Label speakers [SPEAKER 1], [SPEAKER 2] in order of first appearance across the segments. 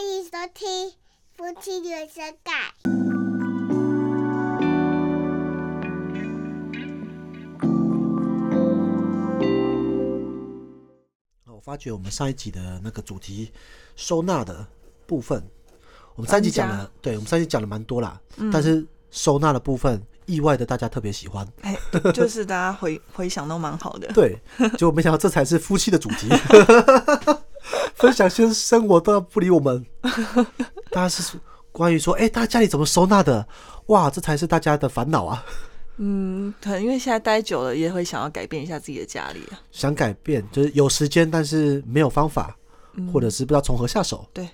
[SPEAKER 1] 迎收听《夫妻原声带》。
[SPEAKER 2] 我发觉我们上一集的那个主题收纳的部分，我们上一集讲
[SPEAKER 3] 搬
[SPEAKER 2] 了，对我们上一集讲了蛮多啦，但是收纳的部分意外的大家特别喜欢，
[SPEAKER 3] 哎，就是大家回回想都蛮好的。
[SPEAKER 2] 对，结果没想到这才是夫妻的主题，分享些生活都要不理我们，大家是关于说，哎、大家家里怎么收纳的？哇，这才是大家的烦恼啊！
[SPEAKER 3] 嗯，可能因为现在待久了，也会想要改变一下自己的家里啊。
[SPEAKER 2] 想改变就是有时间，但是没有方法，或者是不知道从何下手。
[SPEAKER 3] 对，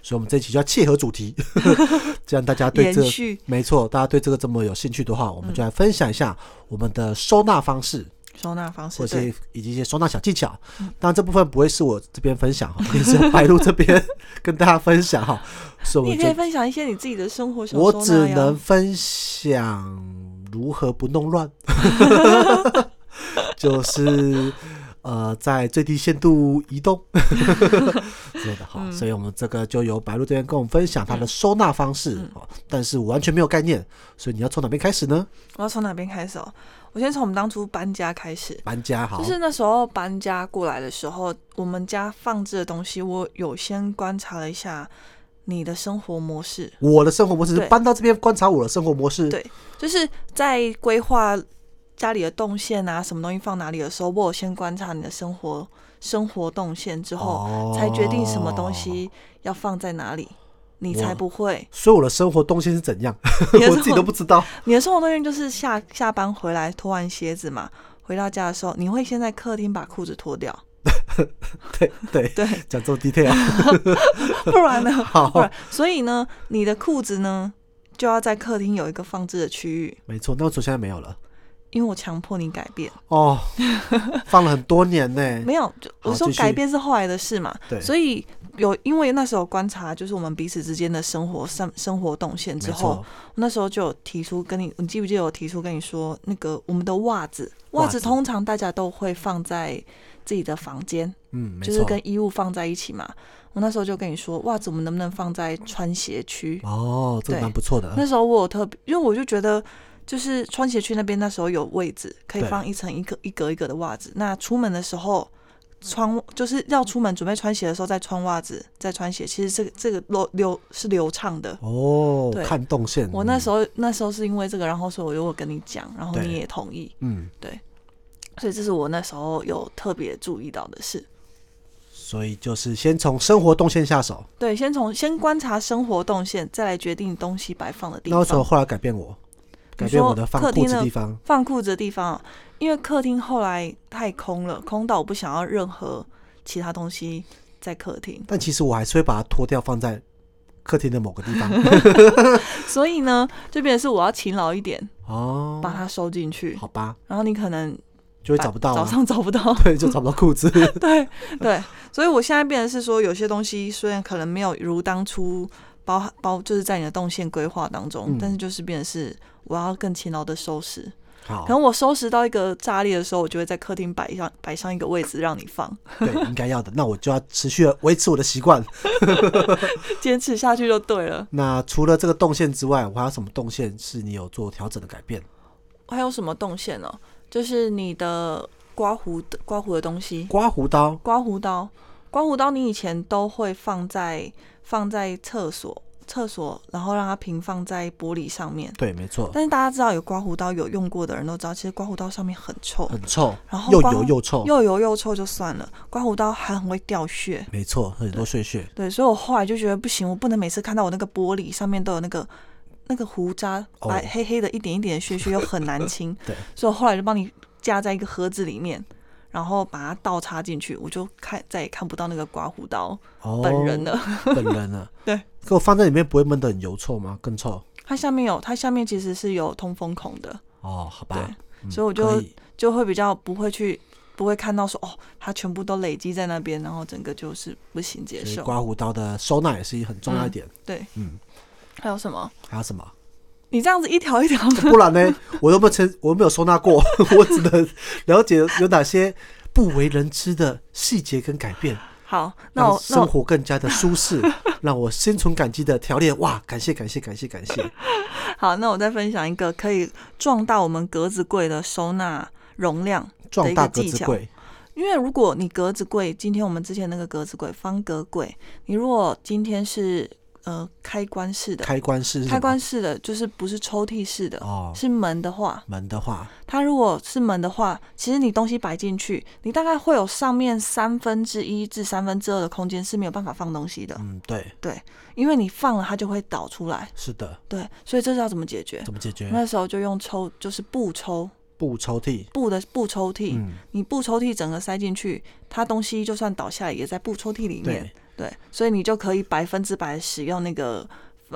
[SPEAKER 2] 所以，我们这一期就要切合主题， 这样大家对这
[SPEAKER 3] 延续
[SPEAKER 2] 没错，大家对这个这么有兴趣的话，我们就来分享一下我们的收纳方式，
[SPEAKER 3] 收纳方式
[SPEAKER 2] 或者
[SPEAKER 3] 对嗯
[SPEAKER 2] 是，以及一些收纳小技巧。当然，这部分不会是我这边分享哈，也是白露这边 跟大家分享哈。所以，我
[SPEAKER 3] 你
[SPEAKER 2] 们
[SPEAKER 3] 也可以
[SPEAKER 2] 就
[SPEAKER 3] 分享一些你自己的生活小
[SPEAKER 2] 我
[SPEAKER 3] 收
[SPEAKER 2] 只
[SPEAKER 3] 纳呀
[SPEAKER 2] 能分享如何不弄 乱，就是呃，在最低限度移 动之类的。好，
[SPEAKER 3] 嗯
[SPEAKER 2] 所以我们这个就由白鹿这边跟我们分享他的收纳方式、
[SPEAKER 3] 嗯
[SPEAKER 2] 哦，但是我完全没有概念，所以你要从哪边开始呢？
[SPEAKER 3] 我要从哪边开始哦？我先从我们当初搬家开始。
[SPEAKER 2] 搬家好，
[SPEAKER 3] 就是那时候搬家过来的时候，我们家放置的东西，我有先观察了一下你的生活模式。
[SPEAKER 2] 我的生活模式是
[SPEAKER 3] 对
[SPEAKER 2] 搬到这边观察我的生活模式，
[SPEAKER 3] 对就是在规划家里的动线啊，什么东西放哪里的时候，我有先观察你的生活生活动线之后，
[SPEAKER 2] 哦
[SPEAKER 3] 才决定什么东西要放在哪里。你
[SPEAKER 2] 哇
[SPEAKER 3] 才 不会，
[SPEAKER 2] 所以我的生活动线是怎样，
[SPEAKER 3] 你的
[SPEAKER 2] 我自己
[SPEAKER 3] 生活
[SPEAKER 2] 都不知道。
[SPEAKER 3] 你的生活动线就是下下班回来脱完鞋子嘛，回到家的时候，你会先在客厅把裤子脱 掉，
[SPEAKER 2] 对对，
[SPEAKER 3] 对，
[SPEAKER 2] 讲这么 detail，啊
[SPEAKER 3] 不然呢？
[SPEAKER 2] 好
[SPEAKER 3] 不然，所以呢，你的裤子呢就要在客厅有一个放置的区域，
[SPEAKER 2] 没错，那我从现在没有了
[SPEAKER 3] 因为我强迫你改变。
[SPEAKER 2] 哦，放了很多年呢、
[SPEAKER 3] 没有，就
[SPEAKER 2] 好
[SPEAKER 3] 我说
[SPEAKER 2] 继续
[SPEAKER 3] 改变是后来的事嘛。
[SPEAKER 2] 对
[SPEAKER 3] 所以有因为那时候观察，就是我们彼此之间的生活生生活动线之
[SPEAKER 2] 没
[SPEAKER 3] 后
[SPEAKER 2] 错，，
[SPEAKER 3] 那时候就有提出跟你，你记不记得我提出跟你说，那个我们的袜子，
[SPEAKER 2] 袜
[SPEAKER 3] 袜
[SPEAKER 2] 子
[SPEAKER 3] 子通常大家都会放在自己的房间，
[SPEAKER 2] 嗯，没
[SPEAKER 3] 就是
[SPEAKER 2] 错，
[SPEAKER 3] 跟衣物放在一起嘛。我那时候就跟你说，袜子我们能不能放在穿鞋区？
[SPEAKER 2] 哦，这个
[SPEAKER 3] 对
[SPEAKER 2] 蛮不错的，
[SPEAKER 3] 那时候我有特别，因为我就觉得，就是穿鞋区那边那时候有位置，可以
[SPEAKER 2] 对
[SPEAKER 3] 放一层一个一格一格的袜子。那出门的时候穿，就是要出门准备穿鞋的时候再穿袜子，再穿鞋，其实这个这个流流是流畅的。
[SPEAKER 2] 哦，
[SPEAKER 3] 对
[SPEAKER 2] 看动线，
[SPEAKER 3] 我那时
[SPEAKER 2] 候，
[SPEAKER 3] 候那时候是因为这个，然后所以我就有跟你讲，然后
[SPEAKER 2] 对
[SPEAKER 3] 你也同意，
[SPEAKER 2] 嗯，
[SPEAKER 3] 所以这是我那时候有特别注意到的事。
[SPEAKER 2] 所以就是先从生活动线下手，
[SPEAKER 3] 对，先从先观察生活动线，再来决定东西摆放的地
[SPEAKER 2] 那为什么
[SPEAKER 3] 方。
[SPEAKER 2] 后来改变我？改
[SPEAKER 3] 你
[SPEAKER 2] 变
[SPEAKER 3] 说
[SPEAKER 2] 我的放
[SPEAKER 3] 客
[SPEAKER 2] 裤
[SPEAKER 3] 厅
[SPEAKER 2] 子
[SPEAKER 3] 的
[SPEAKER 2] 地方，
[SPEAKER 3] 放裤子的地方，因为客厅后来太空了，空到我不想要任何其他东西在客厅，
[SPEAKER 2] 但其实我还是会把它脱掉放在客厅的某个地 方，
[SPEAKER 3] 所以呢，就变成是我要勤劳一点，
[SPEAKER 2] 哦，
[SPEAKER 3] 把它收进去，
[SPEAKER 2] 好吧，
[SPEAKER 3] 然后你可能
[SPEAKER 2] 就会找不到
[SPEAKER 3] 早
[SPEAKER 2] 啊，
[SPEAKER 3] 上 找不到，
[SPEAKER 2] 对， 就找不到裤子，
[SPEAKER 3] 对对，所以我现在变成是说，有些东西虽然可能没有如当初包包，就是在你的动线规划当中，
[SPEAKER 2] 嗯
[SPEAKER 3] 但是就是变成是我要更勤劳的收拾。
[SPEAKER 2] 好
[SPEAKER 3] 可，能我收拾到一个炸裂的时候，我就会在客厅摆上摆上一个位置让你放，
[SPEAKER 2] 对，应该要的，那我就要持续地维持我的习惯。
[SPEAKER 3] 坚持下去就对了。
[SPEAKER 2] 那除了这个动线之外，我还有什么动线是你有做调整的改变？
[SPEAKER 3] 还有什么动线呢、就是你的刮胡的刮胡的东西，
[SPEAKER 2] 刮胡刀，
[SPEAKER 3] 刮胡刀，刮胡刀，你以前都会放在放在厕所厕所，然后让它平放在玻璃上面。
[SPEAKER 2] 对，没错，
[SPEAKER 3] 但是大家知道有刮胡刀，有用过的人都知道，其实刮胡刀上面很臭，
[SPEAKER 2] 很臭，
[SPEAKER 3] 然后
[SPEAKER 2] 又
[SPEAKER 3] 刮
[SPEAKER 2] 油又臭，
[SPEAKER 3] 又油又臭就算了，刮胡刀还很会掉屑。
[SPEAKER 2] 没错，很多碎屑。
[SPEAKER 3] 对，所以我后来就觉得不行，我不能每次看到我那个玻璃上面都有那个那个胡渣，
[SPEAKER 2] 哦
[SPEAKER 3] 白黑黑的一点一点的屑屑，又很难清
[SPEAKER 2] 。对，
[SPEAKER 3] 所以我后来就帮你加在一个盒子里面，然后把它倒插进去，我就看再也看不到那个刮胡刀
[SPEAKER 2] 哦，
[SPEAKER 3] 本人了。
[SPEAKER 2] 本人了。
[SPEAKER 3] 对，
[SPEAKER 2] 可我放在里面不会闷得很油臭吗？更臭。
[SPEAKER 3] 它下面有，它下面其实是有通风孔的，
[SPEAKER 2] 哦，好
[SPEAKER 3] 对
[SPEAKER 2] 吧，，嗯
[SPEAKER 3] 所以我就
[SPEAKER 2] 可以
[SPEAKER 3] 就会比较不会去。不会看到说哦，它全部都累积在那边，然后整个就是不行接
[SPEAKER 2] 所以
[SPEAKER 3] 受。
[SPEAKER 2] 刮胡刀的收纳也是很重要一点。
[SPEAKER 3] 对，
[SPEAKER 2] 嗯，
[SPEAKER 3] 还有什么？
[SPEAKER 2] 还有什么？
[SPEAKER 3] 你这样子一条一条的，
[SPEAKER 2] 不然呢？我又没有曾，我又没有收纳过， 我只能了解有哪些不为人知的细节跟改变。
[SPEAKER 3] 好，那
[SPEAKER 2] 让
[SPEAKER 3] 我那
[SPEAKER 2] 生
[SPEAKER 3] 我
[SPEAKER 2] 活更加的舒 适，让我心存感激的条列。哇，感谢感谢感谢感谢！
[SPEAKER 3] 好，那我再分享一个可以壮大我们格子柜的收纳容量。
[SPEAKER 2] 壮大
[SPEAKER 3] 一个
[SPEAKER 2] 格
[SPEAKER 3] 技
[SPEAKER 2] 子
[SPEAKER 3] 巧
[SPEAKER 2] 柜，
[SPEAKER 3] 因为如果你格子柜，今天我们之前那个格子柜方格柜，你如果今天是呃开关式的，
[SPEAKER 2] 开关式是什么
[SPEAKER 3] 开关式的就是不是抽屉式的，
[SPEAKER 2] 哦，
[SPEAKER 3] 是门的话，
[SPEAKER 2] 门的话，
[SPEAKER 3] 它如果是门的话，其实你东西摆进去，你大概会有上面三分之一至三分之二的空间是没有办法放东西的，
[SPEAKER 2] 嗯，对，
[SPEAKER 3] 因为你放了它就会倒出来。
[SPEAKER 2] 是的，
[SPEAKER 3] 对，所以这是要怎么解决？
[SPEAKER 2] 怎么解决？
[SPEAKER 3] 那时候就用抽，就是布抽
[SPEAKER 2] 布抽屉，
[SPEAKER 3] 布的布抽屉，
[SPEAKER 2] 嗯，
[SPEAKER 3] 你布抽屉整个塞进去，它东西就算倒下来也在布抽屉里面
[SPEAKER 2] 对。，
[SPEAKER 3] 对，所以你就可以百分之百使用那个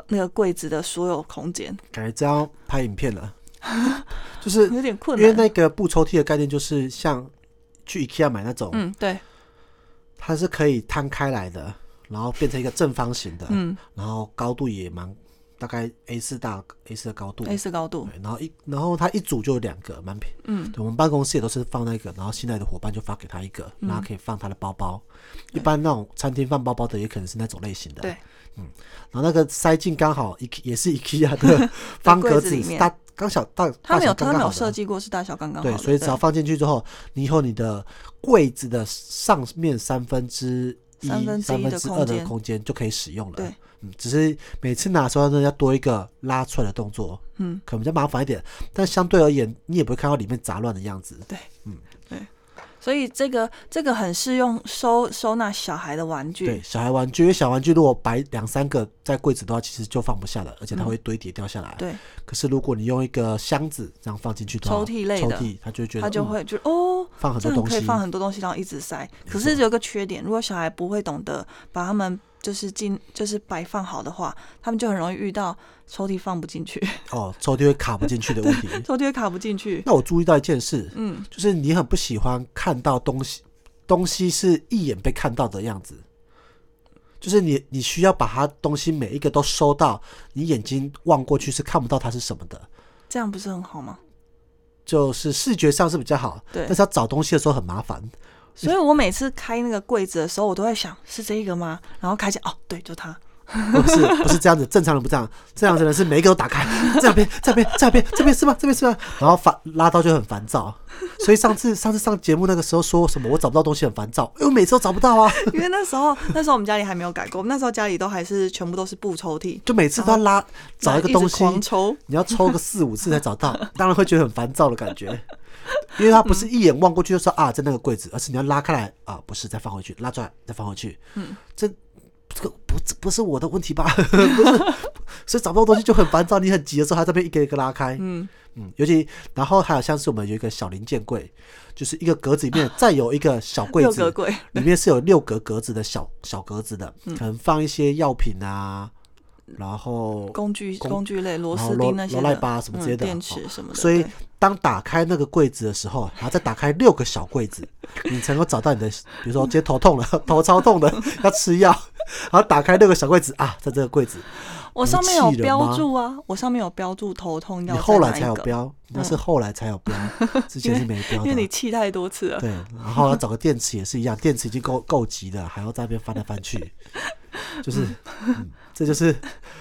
[SPEAKER 3] 那个柜子的所有空间，
[SPEAKER 2] 感觉这样拍影片 了，就是
[SPEAKER 3] 有点困
[SPEAKER 2] 因为
[SPEAKER 3] 难。
[SPEAKER 2] 那个布抽屉的概念就是像去 IKEA 买那种，
[SPEAKER 3] 嗯，对，
[SPEAKER 2] 它是可以摊开来的，然后变成一个正方形的，
[SPEAKER 3] 嗯
[SPEAKER 2] 然后高度也蛮大概 A 四大 A 四的高度。
[SPEAKER 3] ，A 四高度，
[SPEAKER 2] 对，然后一然后它一组就有两个，蛮便。
[SPEAKER 3] 嗯
[SPEAKER 2] 对，我们办公室也都是放那个，然后新来的伙伴就发给他一个，
[SPEAKER 3] 嗯
[SPEAKER 2] 然后他可以放他的包包。一般那种餐厅放包包的，也可能是那种类型的。
[SPEAKER 3] 对，
[SPEAKER 2] 嗯，然后那个塞进刚好一也是 IKEA 的方格
[SPEAKER 3] 柜子里面
[SPEAKER 2] 大刚小大，大
[SPEAKER 3] 它没
[SPEAKER 2] 小
[SPEAKER 3] 有
[SPEAKER 2] 刚刚
[SPEAKER 3] 它没
[SPEAKER 2] 好
[SPEAKER 3] 有
[SPEAKER 2] 的
[SPEAKER 3] 设计过是大小刚刚好
[SPEAKER 2] 对，
[SPEAKER 3] 的，
[SPEAKER 2] 所以只要放进去之后，你以后你的柜子的上面三分之一、三
[SPEAKER 3] 三分
[SPEAKER 2] 分
[SPEAKER 3] 之一的
[SPEAKER 2] 之二
[SPEAKER 3] 空
[SPEAKER 2] 的
[SPEAKER 3] 间
[SPEAKER 2] 空间就可以使用了。
[SPEAKER 3] 对，
[SPEAKER 2] 嗯，只是每次拿的时候呢，要多一个拉出来的动作，
[SPEAKER 3] 嗯，
[SPEAKER 2] 可能比较麻烦一点，但相对而言，你也不会看到里面杂乱的样子。
[SPEAKER 3] 所以这个这个很适用收收纳小孩的玩具。
[SPEAKER 2] 对，小孩玩具，因为小玩具如果摆两三个在柜子的话，其实就放不下了，而且它会堆叠掉下来。
[SPEAKER 3] 嗯对，
[SPEAKER 2] 可是如果你用一个箱子这样放进去的话，
[SPEAKER 3] 抽屉类
[SPEAKER 2] 抽
[SPEAKER 3] 的
[SPEAKER 2] 屉它就会觉得
[SPEAKER 3] 他就
[SPEAKER 2] 嗯
[SPEAKER 3] 会就哦，
[SPEAKER 2] 放很
[SPEAKER 3] 这
[SPEAKER 2] 多
[SPEAKER 3] 样
[SPEAKER 2] 东
[SPEAKER 3] 可
[SPEAKER 2] 西
[SPEAKER 3] 以，放很多东西，然后一直塞。可
[SPEAKER 2] 错
[SPEAKER 3] 是有个缺点，如果小孩不会懂得把他们就是进就是摆放好的话，他们就很容易遇到抽屉放不进去，
[SPEAKER 2] 哦，抽屉会卡不进去的问题。
[SPEAKER 3] 抽屉会卡不进去。
[SPEAKER 2] 那我注意到一件事，
[SPEAKER 3] 嗯，
[SPEAKER 2] 就是你很不喜欢看到东西，东西是一眼被看到的样子，就是你你需要把它东西每一个都收到，你眼睛望过去是看不到它是什么的，
[SPEAKER 3] 这样不是很好吗？
[SPEAKER 2] 就是视觉上是比较好，
[SPEAKER 3] 对
[SPEAKER 2] 但是要找东西的时候很麻烦，
[SPEAKER 3] 所以我每次开那个柜子的时候，我都会想是这个吗？然后开起来哦，对，就它。
[SPEAKER 2] 不是不是这样子，正常人不这样，正常人是每一个都打开，这边这边这边这边是吧？这边是吧？然后烦拉到就很烦躁，所以上次上次上节目那个时候说什么我找不到东西很烦躁，因为我每次都找不到啊。
[SPEAKER 3] 因为那时候那时候我们家里还没有改过，那时候家里都还是全部都是布抽屉，
[SPEAKER 2] 就每次都要哦拉找一个
[SPEAKER 3] 直
[SPEAKER 2] 东西，
[SPEAKER 3] 狂抽。
[SPEAKER 2] 你要抽个四五次才找到， 当然会觉得很烦躁的感觉，因为他不是一眼望过去就说啊在那个柜子，而是你要拉开来啊，不是再放回去，拉出来再放回去，嗯，这这个不这不是我的问题吧？ 不是，所以找不到东西就很烦躁，你很急的时候，他这边一个一个拉开，嗯嗯，尤其然后还有像是我们有一个小零件柜，就是一个格子里 面再有一个小柜
[SPEAKER 3] 六
[SPEAKER 2] 子，
[SPEAKER 3] 个柜，
[SPEAKER 2] 里面是有六格格子的小小格子的，
[SPEAKER 3] 嗯
[SPEAKER 2] 可能放一些药品啊，然后
[SPEAKER 3] 工具
[SPEAKER 2] 工
[SPEAKER 3] 工具类螺
[SPEAKER 2] 然后
[SPEAKER 3] 丝
[SPEAKER 2] 螺
[SPEAKER 3] 钉那些
[SPEAKER 2] 螺赖
[SPEAKER 3] 的，
[SPEAKER 2] 巴什么之类的
[SPEAKER 3] 嗯、电
[SPEAKER 2] 哦
[SPEAKER 3] 池什么的。
[SPEAKER 2] 所以
[SPEAKER 3] 对
[SPEAKER 2] 当打开那个柜子的时候，然后再打开六个小柜子，你才能够找到你的，比如说今天头痛了，头超痛 的，要吃药，然后打开六个小柜子啊，在这个柜子，
[SPEAKER 3] 我
[SPEAKER 2] 毒
[SPEAKER 3] 上面有
[SPEAKER 2] 气人
[SPEAKER 3] 标
[SPEAKER 2] 吗
[SPEAKER 3] 注啊，我上面有标注头痛
[SPEAKER 2] 你
[SPEAKER 3] 药在
[SPEAKER 2] 后来
[SPEAKER 3] 哪一
[SPEAKER 2] 才有
[SPEAKER 3] 个，嗯
[SPEAKER 2] 标，你那是后来才有标，之前是没标
[SPEAKER 3] 因为你
[SPEAKER 2] 的。
[SPEAKER 3] 气太多次 了。
[SPEAKER 2] 对，然后要找个电池也是一样，电池已经够够急了，还要在那边翻来翻去，就是，嗯这就是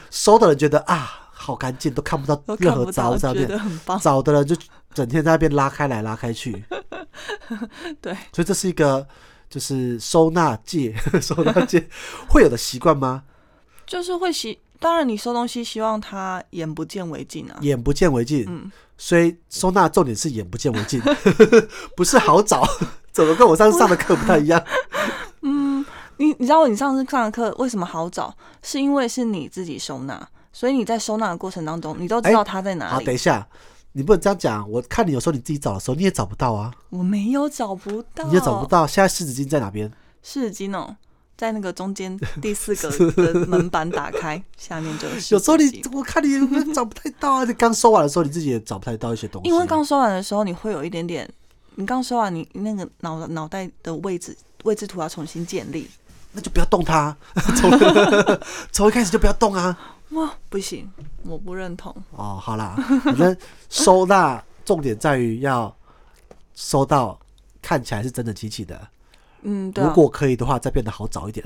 [SPEAKER 2] 收的人觉得啊，好干净，都看不到
[SPEAKER 3] 都看
[SPEAKER 2] 任何
[SPEAKER 3] 不到，
[SPEAKER 2] 杂物在那
[SPEAKER 3] 觉
[SPEAKER 2] 边
[SPEAKER 3] 得很棒。。
[SPEAKER 2] 找的人就整天在那边拉开来拉开去
[SPEAKER 3] 对，
[SPEAKER 2] 所以这是一个就是收纳界 收纳界会有的习惯吗？
[SPEAKER 3] 就是会希，当然你收东西希望它眼不见为净啊。
[SPEAKER 2] 眼不见为净。
[SPEAKER 3] 嗯
[SPEAKER 2] 所以收纳重点是眼不见为净， 不是好找。 怎么跟我上次上的课不太一样？
[SPEAKER 3] 你你知道你上次上的课为什么好找？是因为是你自己收纳，所以你在收纳的过程当中，你都知
[SPEAKER 2] 哎
[SPEAKER 3] 道它在哪
[SPEAKER 2] 好，
[SPEAKER 3] 里。
[SPEAKER 2] 等一下，你不能这样讲。我看你有时候你自己找的时候，你也找不到啊，
[SPEAKER 3] 我没有找不到，
[SPEAKER 2] 你也找不到。现在湿纸巾在哪边？
[SPEAKER 3] 湿纸巾哦。在那个中 间第四个的门板打开，下面就是
[SPEAKER 2] 有时候
[SPEAKER 3] 湿纸
[SPEAKER 2] 你
[SPEAKER 3] 巾
[SPEAKER 2] 我看你有没有找不太到啊。你刚收完的时候，你自己也找不太到一些东西。
[SPEAKER 3] 因为刚收完的时候，你会有一点点，你刚收完，你那个脑脑袋的位置位置图要重新建立。
[SPEAKER 2] 那就不要动 它，从从一开始就不要动啊。
[SPEAKER 3] 哇，不行，我不认同。
[SPEAKER 2] 哦，好啦，反正收纳重点在于要收到看起来是真的机器的，
[SPEAKER 3] 嗯，对、
[SPEAKER 2] 如
[SPEAKER 3] 啊，
[SPEAKER 2] 果可以的话，再变得好找一 点，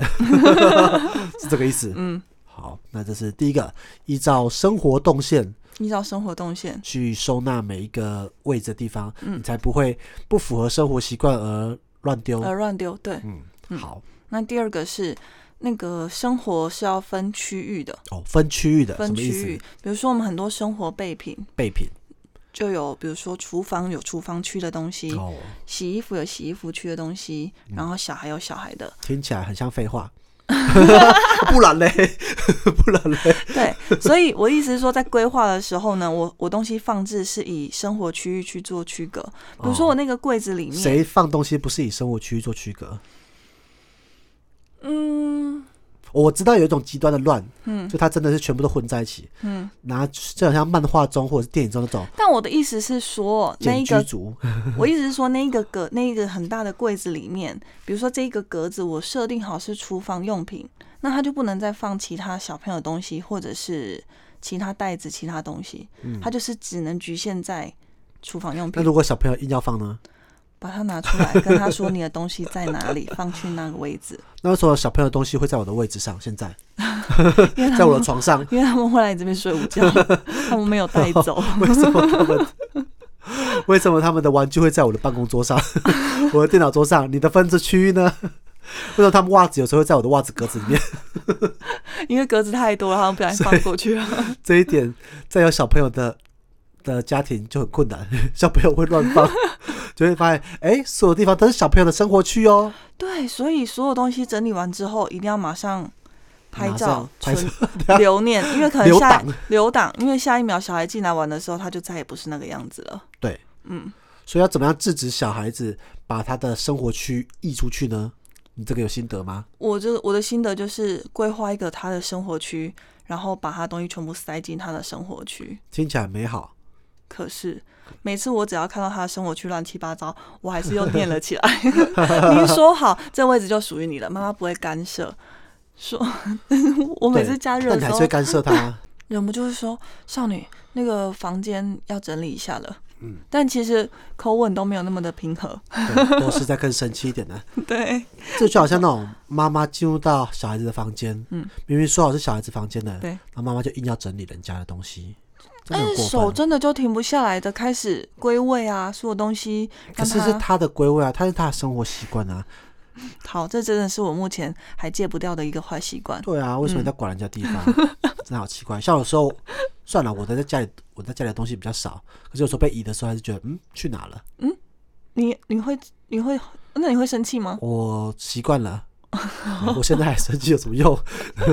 [SPEAKER 2] 是这个意思。
[SPEAKER 3] 嗯，
[SPEAKER 2] 好，那这是第一个，依照生活动线
[SPEAKER 3] 依照生活动线，
[SPEAKER 2] 去收纳每一个位置的地方，
[SPEAKER 3] 嗯
[SPEAKER 2] 你才不会不符合生活习惯而乱丢。
[SPEAKER 3] 呃，乱丢。对，
[SPEAKER 2] 哦嗯，好
[SPEAKER 3] 那第二个是那个生活是要分区域的，
[SPEAKER 2] 哦，分区域的什
[SPEAKER 3] 分
[SPEAKER 2] 么
[SPEAKER 3] 区
[SPEAKER 2] 意
[SPEAKER 3] 域
[SPEAKER 2] 思？，
[SPEAKER 3] 比如说我们很多生活备品
[SPEAKER 2] 备品
[SPEAKER 3] 就有，比如说厨房有厨房区的东西，
[SPEAKER 2] 哦，
[SPEAKER 3] 洗衣服有洗衣服区的东西，
[SPEAKER 2] 嗯
[SPEAKER 3] 然后小孩有小孩的，
[SPEAKER 2] 听起来很像废话，不然嘞， 不然嘞，
[SPEAKER 3] 对，所以我意思是说，在规划的时候呢，我我东西放置是以生活区域去做区隔。比如说我那个柜子里面，
[SPEAKER 2] 哦谁放东西不是以生活区域做区隔？
[SPEAKER 3] 嗯，
[SPEAKER 2] 哦我知道有一种极端的乱，嗯，就它真的是全部都混在一起，嗯，拿就好像漫画中或者是电影中那种
[SPEAKER 3] 但我的意思是说，那
[SPEAKER 2] 简
[SPEAKER 3] 一
[SPEAKER 2] 居
[SPEAKER 3] 个，
[SPEAKER 2] 族，
[SPEAKER 3] 我意思是说，那一个格，那一个很大的柜子里面，比如说这一个格子，我设定好是厨房用品，那它就不能再放其他小朋友的东西，或者是其他袋子、其他东西，它就是只能局限在厨房用
[SPEAKER 2] 嗯那
[SPEAKER 3] 品。
[SPEAKER 2] 如果小朋友硬要放呢？
[SPEAKER 3] 把它拿出来，跟他说你的东西在哪里，放去那个位 置。
[SPEAKER 2] 那为什么小朋友的东西会在我的位置上？现在
[SPEAKER 3] 因为他
[SPEAKER 2] 在我
[SPEAKER 3] 们，
[SPEAKER 2] 的床上
[SPEAKER 3] 因为他们会来这边睡午 觉，他们没有带走。
[SPEAKER 2] 为什么 他们？为什么他们的玩具会在我的办公桌上、 我的电脑桌上？你的分支区域呢？ 为什么他们袜子有时候会在我的袜子格子里面？
[SPEAKER 3] 因为格子太多了，他们不小心放过 去了。
[SPEAKER 2] 这一点在有小朋友的的家庭就很困难， 小朋友会乱放， 就会发现，哎、所有地方都是小朋友的生活区哦。
[SPEAKER 3] 对，所以所有东西整理完之后，一定要马上拍
[SPEAKER 2] 马
[SPEAKER 3] 照
[SPEAKER 2] 上、拍
[SPEAKER 3] 存
[SPEAKER 2] 照 等下
[SPEAKER 3] 留念，因为可能
[SPEAKER 2] 留
[SPEAKER 3] 下
[SPEAKER 2] 档
[SPEAKER 3] 留档，因为下一秒小孩进来玩的时候，他就再也不是那个样子了。
[SPEAKER 2] 对，
[SPEAKER 3] 嗯，
[SPEAKER 2] 所以要怎么样制止小孩子把他的生活区溢出去呢？你这个有心得吗？
[SPEAKER 3] 我就我的心得就是规划一个他的生活区，然后把他东西全部塞进他的生活区。
[SPEAKER 2] 听起来很美好。
[SPEAKER 3] 可是每次我只要看到他的生活区乱七八糟，我还是又念了起来。 您说好，这位置就属于你了，妈妈不会干涉。说， 我每次
[SPEAKER 2] 对
[SPEAKER 3] 加热
[SPEAKER 2] 但你
[SPEAKER 3] 的时
[SPEAKER 2] 还是
[SPEAKER 3] 候
[SPEAKER 2] 会，干涉 他。
[SPEAKER 3] 忍不住会说：“少女，那个房间要整理一下了。”嗯，但其实口吻都没有那么的平和。
[SPEAKER 2] 对，我是在更生气一点的。
[SPEAKER 3] 对，
[SPEAKER 2] 这就好像那种妈妈进入到小孩子的房间，嗯，明明说好是小孩子房间的，
[SPEAKER 3] 对
[SPEAKER 2] 然后妈妈就硬要整理人家的东西，真的
[SPEAKER 3] 但
[SPEAKER 2] 很
[SPEAKER 3] 是
[SPEAKER 2] 过
[SPEAKER 3] 手
[SPEAKER 2] 分。
[SPEAKER 3] 真的就停不下来的，开始归位啊，所有东西
[SPEAKER 2] 可
[SPEAKER 3] 让
[SPEAKER 2] 是是
[SPEAKER 3] 它
[SPEAKER 2] 他的归位啊，他是他的生活习惯啊，
[SPEAKER 3] 好，这真的是我目前还戒不掉的一个坏习惯。
[SPEAKER 2] 对啊，为什么你在管人家地 方？真的好奇怪。像有时候，算了，我在家里，我在家里的东西比较少，可是有时候被移的时候，还是觉得嗯，去哪了？
[SPEAKER 3] 你你会你会那你会生气吗？
[SPEAKER 2] 我习惯 了，我现在还生气有什么用？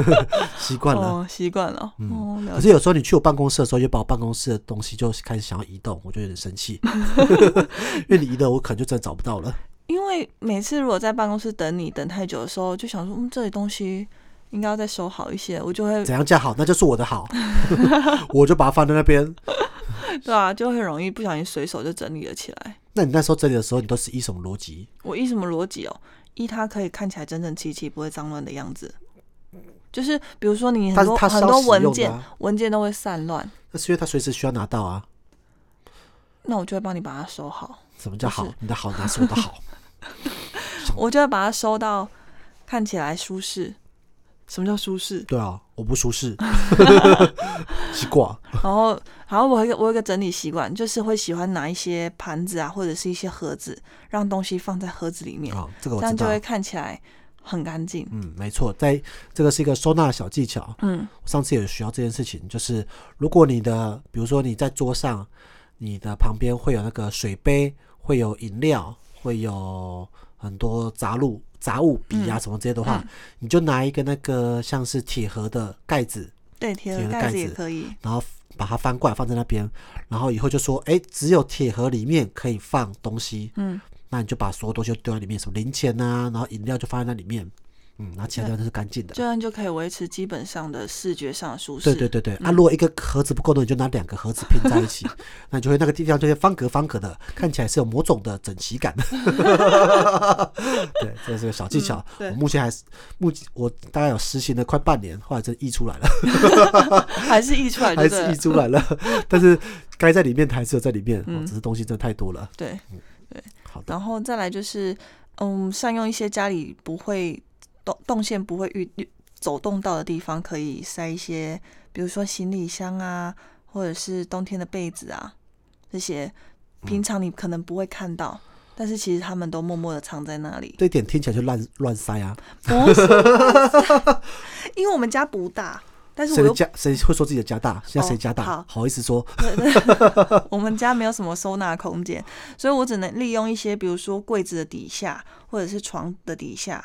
[SPEAKER 2] 习惯了。嗯
[SPEAKER 3] 哦，习惯了。哦，了
[SPEAKER 2] 可
[SPEAKER 3] 解。
[SPEAKER 2] 是有时候你去我办公室的时候，又把我办公室的东西就开始想要移动，我就有点生气， 因为你移的我可能就真的找不到了。
[SPEAKER 3] 因为每次如果在办公室等你等太久的时候，就想说，嗯，这里东西应该要再收好一些，我就会
[SPEAKER 2] 怎样叫好，那就是我的好， 我就把它放在那边。
[SPEAKER 3] 对啊，就会容易不小心随手就整理了起来。
[SPEAKER 2] 那你那时候整理的时候，你都是依什么逻辑？
[SPEAKER 3] 我依什么逻辑哦？依它可以看起来整整齐齐，不会脏乱的样子。就是比如说你很
[SPEAKER 2] 但是
[SPEAKER 3] 多
[SPEAKER 2] 它是
[SPEAKER 3] 很
[SPEAKER 2] 要
[SPEAKER 3] 多
[SPEAKER 2] 使
[SPEAKER 3] 文
[SPEAKER 2] 用的
[SPEAKER 3] 件，
[SPEAKER 2] 啊，
[SPEAKER 3] 文件都会散乱，
[SPEAKER 2] 那是因为它随时需要拿到啊。
[SPEAKER 3] 那我就会帮你把它收好，
[SPEAKER 2] 什么叫
[SPEAKER 3] 不
[SPEAKER 2] 好
[SPEAKER 3] 是？
[SPEAKER 2] 你的好拿是我的 好，
[SPEAKER 3] 我就会把它收到看起来舒适。什么叫舒适？
[SPEAKER 2] 对啊，我不舒 适，奇怪，
[SPEAKER 3] 然后，然后我有一个我有一个整理习惯，就是会喜欢拿一些盘子啊，或者是一些盒子，让东西放在盒子里面，
[SPEAKER 2] 啊，这个
[SPEAKER 3] 这
[SPEAKER 2] 我
[SPEAKER 3] 样
[SPEAKER 2] 知
[SPEAKER 3] 就
[SPEAKER 2] 道
[SPEAKER 3] 会。看起来很干净。
[SPEAKER 2] 嗯，没错，在这个是一个收纳的小技巧。
[SPEAKER 3] 嗯，
[SPEAKER 2] 我上次也学到这件事情，就是如果你的，比如说你在桌上，你的旁边会有那个水杯，会有饮料，会有很多杂物、杂物、笔啊什么这些的话，你就拿一个那个像是铁盒的盖子，
[SPEAKER 3] 对，铁
[SPEAKER 2] 铁
[SPEAKER 3] 盒
[SPEAKER 2] 盒
[SPEAKER 3] 盖
[SPEAKER 2] 盖
[SPEAKER 3] 子也
[SPEAKER 2] 子
[SPEAKER 3] 可以。
[SPEAKER 2] 然后把它翻过来放在那边，然后以后就说，哎，只有铁盒里面可以放东西，
[SPEAKER 3] 嗯，
[SPEAKER 2] 那你就把所有东西都丢在里面，什么零钱啊，然后饮料就放在那里面，嗯，然后其他地方都是干净的
[SPEAKER 3] 这。样就可以维持基本上的视觉上的舒适。
[SPEAKER 2] 对对对对，
[SPEAKER 3] 嗯
[SPEAKER 2] 啊，如果一个盒子不够呢，你就拿两个盒子拼在一 起，那你就会那个地方就会方格方格的，看起来是有某种的整齐感。 对，这是个小技巧。
[SPEAKER 3] 嗯对
[SPEAKER 2] 我目前还是目前我大概有实行了快半年，后来真溢出来了，
[SPEAKER 3] 还是溢出来就
[SPEAKER 2] 还
[SPEAKER 3] 对
[SPEAKER 2] 是
[SPEAKER 3] 了
[SPEAKER 2] 溢出来了， 但是该
[SPEAKER 3] 嗯
[SPEAKER 2] 在里面的还是有在里面，哦只是东西真的太多了。
[SPEAKER 3] 对，
[SPEAKER 2] 好的，
[SPEAKER 3] 然后再来就是嗯，善用一些家里不会动动线不会遇走动到的地方，可以塞一些，比如说行李箱啊，或者是冬天的被子啊，这些平常你可能不会看到，
[SPEAKER 2] 嗯
[SPEAKER 3] 但是其实他们都默默的藏在那 里。
[SPEAKER 2] 这一点听起来就乱乱塞啊！
[SPEAKER 3] 不是，因为我们家不大，但是
[SPEAKER 2] 谁
[SPEAKER 3] 我
[SPEAKER 2] 的
[SPEAKER 3] 又
[SPEAKER 2] 家谁会说自己的家大？现在谁
[SPEAKER 3] 哦
[SPEAKER 2] 家大？
[SPEAKER 3] 好
[SPEAKER 2] 好意思说，
[SPEAKER 3] 我们家没有什么收纳空间，所以我只能利用一些，比如说柜子的底下，或者是床的底下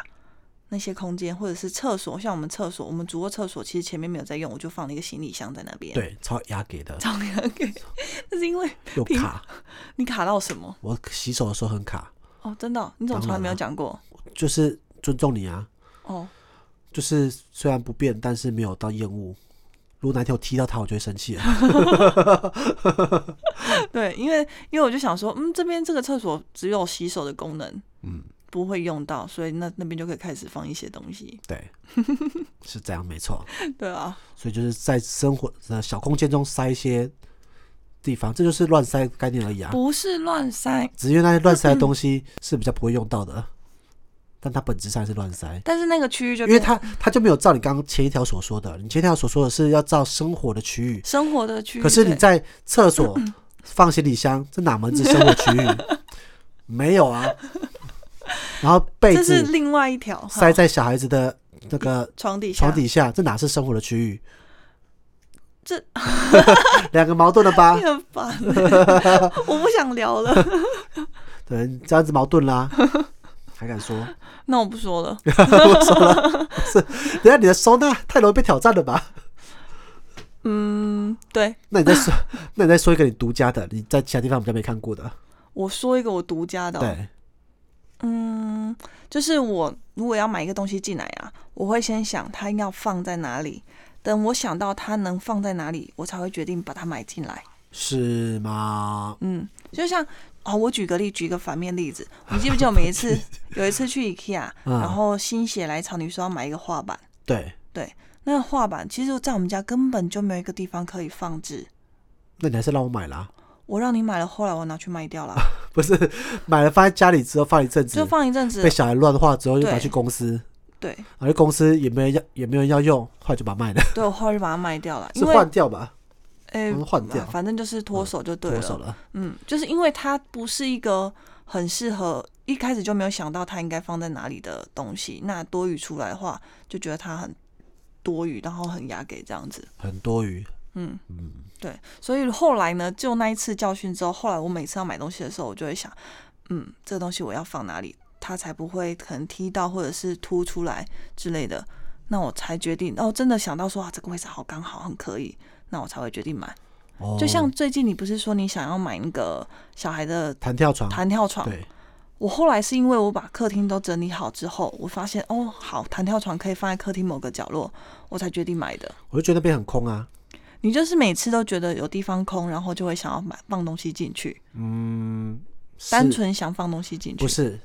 [SPEAKER 3] 那些空间，或者是厕所。像我们厕所，我们主卧厕所其实前面没有在用，我就放了一个行李箱在那边。，
[SPEAKER 2] 对，超压给的，
[SPEAKER 3] 照样给。那是因为
[SPEAKER 2] 又
[SPEAKER 3] 平
[SPEAKER 2] 卡。
[SPEAKER 3] 你卡到什么？
[SPEAKER 2] 我洗手的时候很卡，
[SPEAKER 3] 哦，真的哦、你怎么从来没有讲过？
[SPEAKER 2] 就是尊重你啊，
[SPEAKER 3] 哦，
[SPEAKER 2] 就是虽然不变，但是没有到厌恶。如果哪天我踢到他，我就会生气了。
[SPEAKER 3] 对，因为因为我就想说，嗯，这边这个厕所只有洗手的功能，
[SPEAKER 2] 嗯，
[SPEAKER 3] 不会用到，所以那那边就可以开始放一些东西。
[SPEAKER 2] 对，是这样，没错。
[SPEAKER 3] 对啊，
[SPEAKER 2] 所以就是在生活的小空间中塞一些地方，这就是乱塞概念而已啊。
[SPEAKER 3] 不是乱塞，
[SPEAKER 2] 只是因为那些乱塞的东西是比较不会用到的，但它本质上还是乱塞，
[SPEAKER 3] 但是那个区域就
[SPEAKER 2] 因为
[SPEAKER 3] 变
[SPEAKER 2] 它它就没有照你刚刚前一条所说的，你前一条所说的是要照生活的区域，
[SPEAKER 3] 生活的区域。
[SPEAKER 2] 可是你
[SPEAKER 3] 对嗯
[SPEAKER 2] 在厕所放行李箱，这哪门子生活 区域？没有啊。然后被
[SPEAKER 3] 这是
[SPEAKER 2] 子
[SPEAKER 3] 另外一条哈
[SPEAKER 2] 塞在小孩子的那个
[SPEAKER 3] 床底下，
[SPEAKER 2] 床底下，这哪是生活的区域？
[SPEAKER 3] 这
[SPEAKER 2] 两个矛盾了吧
[SPEAKER 3] 你？很烦欸，我不想聊 了，
[SPEAKER 2] 对，你这样子矛盾啦，还敢 说？
[SPEAKER 3] 那我不说了。
[SPEAKER 2] 我说了，是，等一下你的收纳太容易被挑战了吧？
[SPEAKER 3] 嗯，对，
[SPEAKER 2] 那你再 说，那你再说一个你独家的，你在其他地方比较没看过的，
[SPEAKER 3] 我说一个我独家的、哦，
[SPEAKER 2] 对，
[SPEAKER 3] 嗯，就是我如果要买一个东西进来啊，我会先想它要放在哪里，等我想到它能放在哪里，我才会决定把它买进来。
[SPEAKER 2] 是吗？
[SPEAKER 3] 嗯，就像哦，我举个例，举一个反面例子，你记不记得我们有 一次有一次去 IKEA，、
[SPEAKER 2] 嗯
[SPEAKER 3] 然后心血来潮，你说要买一个画板。
[SPEAKER 2] 对，
[SPEAKER 3] 那个画板其实，在我们家根本就没有一个地方可以放置。
[SPEAKER 2] 那你还是让我买啦，
[SPEAKER 3] 我让你买了，后来我拿去卖 掉了，
[SPEAKER 2] 不是买了放在家里之后放一阵
[SPEAKER 3] 就
[SPEAKER 2] 子，
[SPEAKER 3] 放一阵子
[SPEAKER 2] 被。小孩乱画之后又拿
[SPEAKER 3] 对
[SPEAKER 2] 去公司，
[SPEAKER 3] 对，
[SPEAKER 2] 然后去公司也没人要，也没有人要用，后来就把它卖了，
[SPEAKER 3] 对我后来就把它卖掉了，
[SPEAKER 2] 是
[SPEAKER 3] 因为
[SPEAKER 2] 换掉吧，
[SPEAKER 3] 哎
[SPEAKER 2] 嗯换掉
[SPEAKER 3] 反正就是脱手就对
[SPEAKER 2] 脱手
[SPEAKER 3] 了。
[SPEAKER 2] 了，
[SPEAKER 3] 嗯，就是因为它不是一个很适合，一开始就没有想到它应该放在哪里的东西。那多余出来的话，就觉得它很多余，然后很雅给这样子。
[SPEAKER 2] 很多余，
[SPEAKER 3] 嗯
[SPEAKER 2] 嗯，
[SPEAKER 3] 对，所以后来呢，就那一次教训之后，后来我每次要买东西的时候，我就会想，嗯，这个东西我要放哪里，它才不会可能踢到或者是凸出来之类的，那我才决定。哦，真的想到说啊，这个位置好刚好，很可以，那我才会决定买。
[SPEAKER 2] 哦，
[SPEAKER 3] 就像最近你不是说你想要买那个小孩的
[SPEAKER 2] 弹跳床，
[SPEAKER 3] 弹跳床？
[SPEAKER 2] 对，
[SPEAKER 3] 我后来是因为我把客厅都整理好之后，我发现哦，好，弹跳床可以放在客厅某个角落，我才决定买的。
[SPEAKER 2] 我就觉得那边很空啊，
[SPEAKER 3] 你就是每次都觉得有地方空，然后就会想要买放东西进去，
[SPEAKER 2] 嗯，是
[SPEAKER 3] 单纯想放东西进去，
[SPEAKER 2] 不是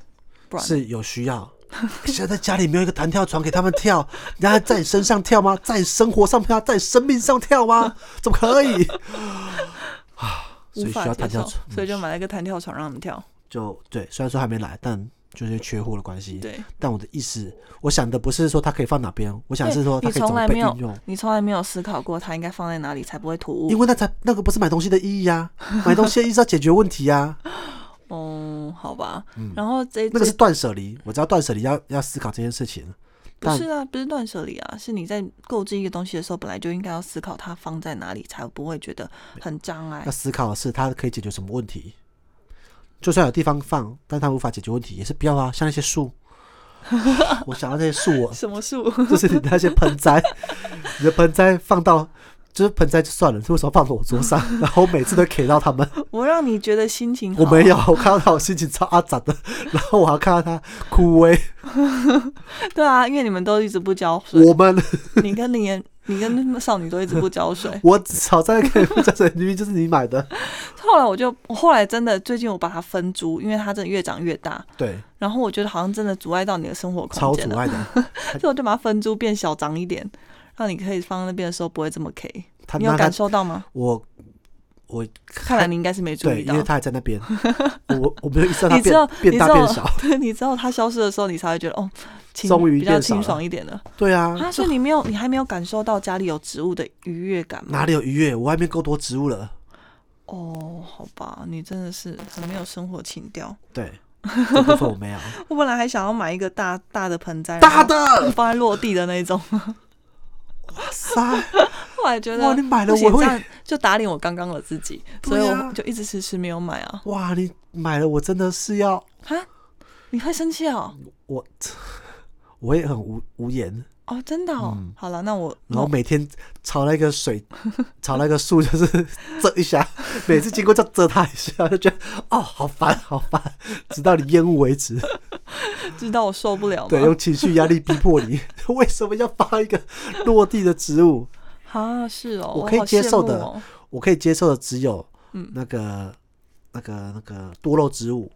[SPEAKER 3] 不然
[SPEAKER 2] 是有需要。 现在家里没有一个弹跳床给他们跳，然后在你身上跳吗？在你生活上跳，在你生命上跳吗？怎么可以？ 啊，所以
[SPEAKER 3] 无
[SPEAKER 2] 需
[SPEAKER 3] 法
[SPEAKER 2] 要
[SPEAKER 3] 接
[SPEAKER 2] 弹跳
[SPEAKER 3] 受
[SPEAKER 2] 床，，嗯
[SPEAKER 3] 所以就买了一个弹跳床让他们跳。
[SPEAKER 2] 就对。虽然说还没来，但就是缺货的关系。
[SPEAKER 3] 对，
[SPEAKER 2] 但我的意思，我想的不是说它可以放哪边，我想是说它
[SPEAKER 3] 你
[SPEAKER 2] 可以怎
[SPEAKER 3] 从
[SPEAKER 2] 么
[SPEAKER 3] 来
[SPEAKER 2] 被
[SPEAKER 3] 没
[SPEAKER 2] 运
[SPEAKER 3] 有
[SPEAKER 2] 用，，
[SPEAKER 3] 你从来没有思考过它应该放在哪里才不会突
[SPEAKER 2] 因
[SPEAKER 3] 兀。
[SPEAKER 2] 为那才那个不是买东西的意义啊，买东西的意义是要解决问题 啊，
[SPEAKER 3] 哦、好吧。然后这
[SPEAKER 2] 嗯那个是
[SPEAKER 3] 这
[SPEAKER 2] 断舍离。我知道断舍离要要思考这件事情，
[SPEAKER 3] 不是啊？不是断舍离啊，是你在购置一个东西的时候，本来就应该要思考它放在哪里，才不会觉得很障碍
[SPEAKER 2] 要。思考的是它可以解决什么问题。就算有地方放，但它无法解决问题，也是不要啊。像那些树， 我想到那些树哦，
[SPEAKER 3] 什么树？
[SPEAKER 2] 就是你那些盆栽，你的盆栽放到就是盆栽就算了，为什么放到我桌上？ 然后我每次都 K 到它们，
[SPEAKER 3] 我让你觉得心情好。
[SPEAKER 2] 我没有，我看到它我心情超阿杂的， 然后我还看到它枯萎。
[SPEAKER 3] 对啊，因为你们都一直不浇 水，
[SPEAKER 2] 我们
[SPEAKER 3] 你跟林妍，你跟少女都一直不浇水。
[SPEAKER 2] 我炒菜可以叫水，明明就是你买的，
[SPEAKER 3] 后来我就，我后来真的最近我把它分株，因为它真的越长越大，
[SPEAKER 2] 对，
[SPEAKER 3] 然后我觉得好像真的阻碍到你的生活
[SPEAKER 2] 超
[SPEAKER 3] 空间啊
[SPEAKER 2] 阻
[SPEAKER 3] 了，
[SPEAKER 2] 碍的。
[SPEAKER 3] 所以我就把它分株变小长一点，让你可以放在那边的时候不会这么 K。
[SPEAKER 2] 他
[SPEAKER 3] 你有
[SPEAKER 2] 那他
[SPEAKER 3] 感受到吗？
[SPEAKER 2] 我我
[SPEAKER 3] 看来你应该是没注
[SPEAKER 2] 对，
[SPEAKER 3] 意
[SPEAKER 2] 因
[SPEAKER 3] 到
[SPEAKER 2] 为。他还在那 边，我我没有意识到它
[SPEAKER 3] 你知道
[SPEAKER 2] 变，变
[SPEAKER 3] 你
[SPEAKER 2] 大
[SPEAKER 3] 知道，
[SPEAKER 2] 变小
[SPEAKER 3] 对，你知道它消失的时候，你才会觉得哦，清
[SPEAKER 2] 终于
[SPEAKER 3] 比较
[SPEAKER 2] 变少
[SPEAKER 3] 清
[SPEAKER 2] 了
[SPEAKER 3] 爽一点了。
[SPEAKER 2] 对啊，
[SPEAKER 3] 啊，所以你没有，你还没有感受到家里有植物的愉悦感吗？
[SPEAKER 2] 哪里有愉悦？我外面够多植物了。
[SPEAKER 3] 哦，好吧，你真的是很没有生活情调。
[SPEAKER 2] 对， 这部分我没有
[SPEAKER 3] 我本来还想要买一个大大的盆栽，
[SPEAKER 2] 大的，
[SPEAKER 3] 放在落地的那一种，
[SPEAKER 2] 塞，
[SPEAKER 3] 后来觉得
[SPEAKER 2] 哇你买了
[SPEAKER 3] 不行
[SPEAKER 2] 我会
[SPEAKER 3] 这样就打脸我刚刚的自己，所以
[SPEAKER 2] 对
[SPEAKER 3] 我
[SPEAKER 2] 啊
[SPEAKER 3] 就一直迟迟没有买啊。
[SPEAKER 2] 哇，你买了我真的是要
[SPEAKER 3] 哈，你会生气哦？
[SPEAKER 2] 我， 我也很无无言，
[SPEAKER 3] 哦，真的哦。好了，那我
[SPEAKER 2] 嗯然后每天朝那个水，朝那个树就是 遮一下，每次经过就遮它一下，就觉得哦好烦好烦，直到你厌恶为止。
[SPEAKER 3] 知道我受不了
[SPEAKER 2] 对，
[SPEAKER 3] 吗？
[SPEAKER 2] 用情绪压力逼迫你， 为什么要放一个落地的植物？
[SPEAKER 3] 啊，是哦，
[SPEAKER 2] 我可以
[SPEAKER 3] 好
[SPEAKER 2] 接
[SPEAKER 3] 羡
[SPEAKER 2] 受
[SPEAKER 3] 慕
[SPEAKER 2] 的
[SPEAKER 3] 哦
[SPEAKER 2] 我可以接受的只有那个、那个那个多肉植物，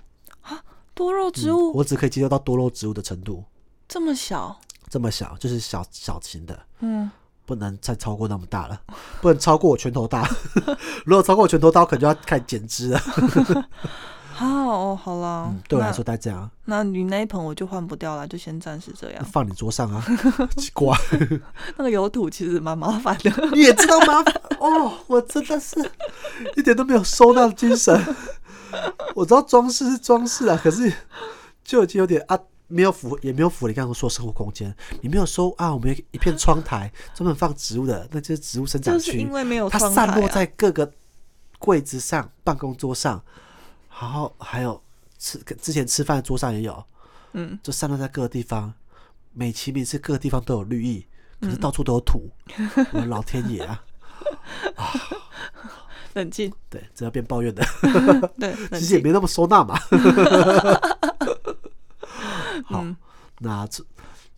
[SPEAKER 3] 多肉植物
[SPEAKER 2] 嗯我只可以接受到多肉植物的程度，
[SPEAKER 3] 这么小，
[SPEAKER 2] 这么小就是小小型的，
[SPEAKER 3] 嗯，
[SPEAKER 2] 不能再超过那么大了， 不能超过我拳头大。 如果超过我拳头大，我可能就要开始剪枝 了。
[SPEAKER 3] 好哦，好啦，
[SPEAKER 2] 嗯对我来说，大概这样啊，
[SPEAKER 3] 那，那你那一盆我就换不掉了，就先暂时这样。
[SPEAKER 2] 放你桌上啊， 奇怪，
[SPEAKER 3] 那个油土其实蛮麻烦 的，
[SPEAKER 2] 你也知道麻烦哦，我真的是一点都没有收纳的精神。 我知道装饰是装饰啊，可是就已经有点啊，没有符，也没有符合你刚刚说生活空间，你没有说啊，我们有一片窗台专门放植物的，那就是植物生长
[SPEAKER 3] 就是
[SPEAKER 2] 区，
[SPEAKER 3] 因为没有
[SPEAKER 2] 它
[SPEAKER 3] 窗
[SPEAKER 2] 散
[SPEAKER 3] 台
[SPEAKER 2] 落
[SPEAKER 3] 啊。
[SPEAKER 2] 在各个柜子上、办公桌上，然后还有吃之前吃饭的桌上也有，
[SPEAKER 3] 嗯，
[SPEAKER 2] 就散落在各个地方。美其名是各个地方都有绿意，可是
[SPEAKER 3] 嗯
[SPEAKER 2] 到处都有 土，我的老天爷啊！
[SPEAKER 3] 冷静，
[SPEAKER 2] 对，这要变抱怨的，
[SPEAKER 3] 对，冷
[SPEAKER 2] 其实也
[SPEAKER 3] 静。
[SPEAKER 2] 没那么收纳嘛。好，
[SPEAKER 3] 嗯
[SPEAKER 2] 那这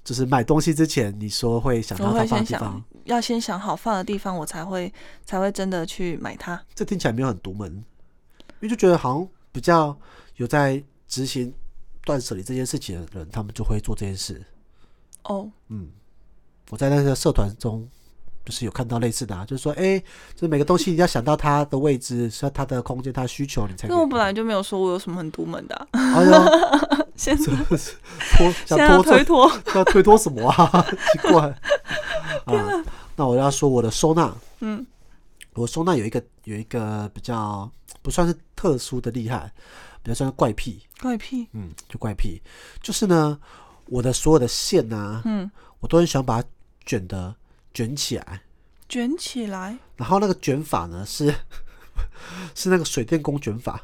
[SPEAKER 2] 就是买东西之前，你说会想
[SPEAKER 3] 我
[SPEAKER 2] 到它放
[SPEAKER 3] 会先
[SPEAKER 2] 的地方
[SPEAKER 3] 想，，要先想好放的地方，我才会才会真的去买它。
[SPEAKER 2] 这听起来没有很独门，因为就觉得好像比较有在执行断舍离这件事情的人，他们就会做这件事。
[SPEAKER 3] 哦，
[SPEAKER 2] 嗯，我在那个社团中。就是有看到类似的、啊，就是说，哎、就是每个东西你要想到它的位置、是它的空间、它的需求，你才可以。
[SPEAKER 3] 因为我本来就没有说我有什么很独门的啊、
[SPEAKER 2] 哎呦，
[SPEAKER 3] 现在
[SPEAKER 2] 真的是 拖
[SPEAKER 3] 现
[SPEAKER 2] 想
[SPEAKER 3] 在
[SPEAKER 2] 拖
[SPEAKER 3] 推
[SPEAKER 2] 这
[SPEAKER 3] 脱，
[SPEAKER 2] 要推脱什么啊？ 奇怪 啊！那我要说我的收纳，
[SPEAKER 3] 嗯，
[SPEAKER 2] 我收纳有一个有一个比较不算是特殊的厉害，比较算是怪癖，
[SPEAKER 3] 怪癖，
[SPEAKER 2] 嗯，就怪癖，就是呢，我的所有的线呐、
[SPEAKER 3] 嗯，
[SPEAKER 2] 我都很喜欢把它卷的卷起来，
[SPEAKER 3] 卷起来。
[SPEAKER 2] 然后那个卷法呢是 是那个水电工卷法，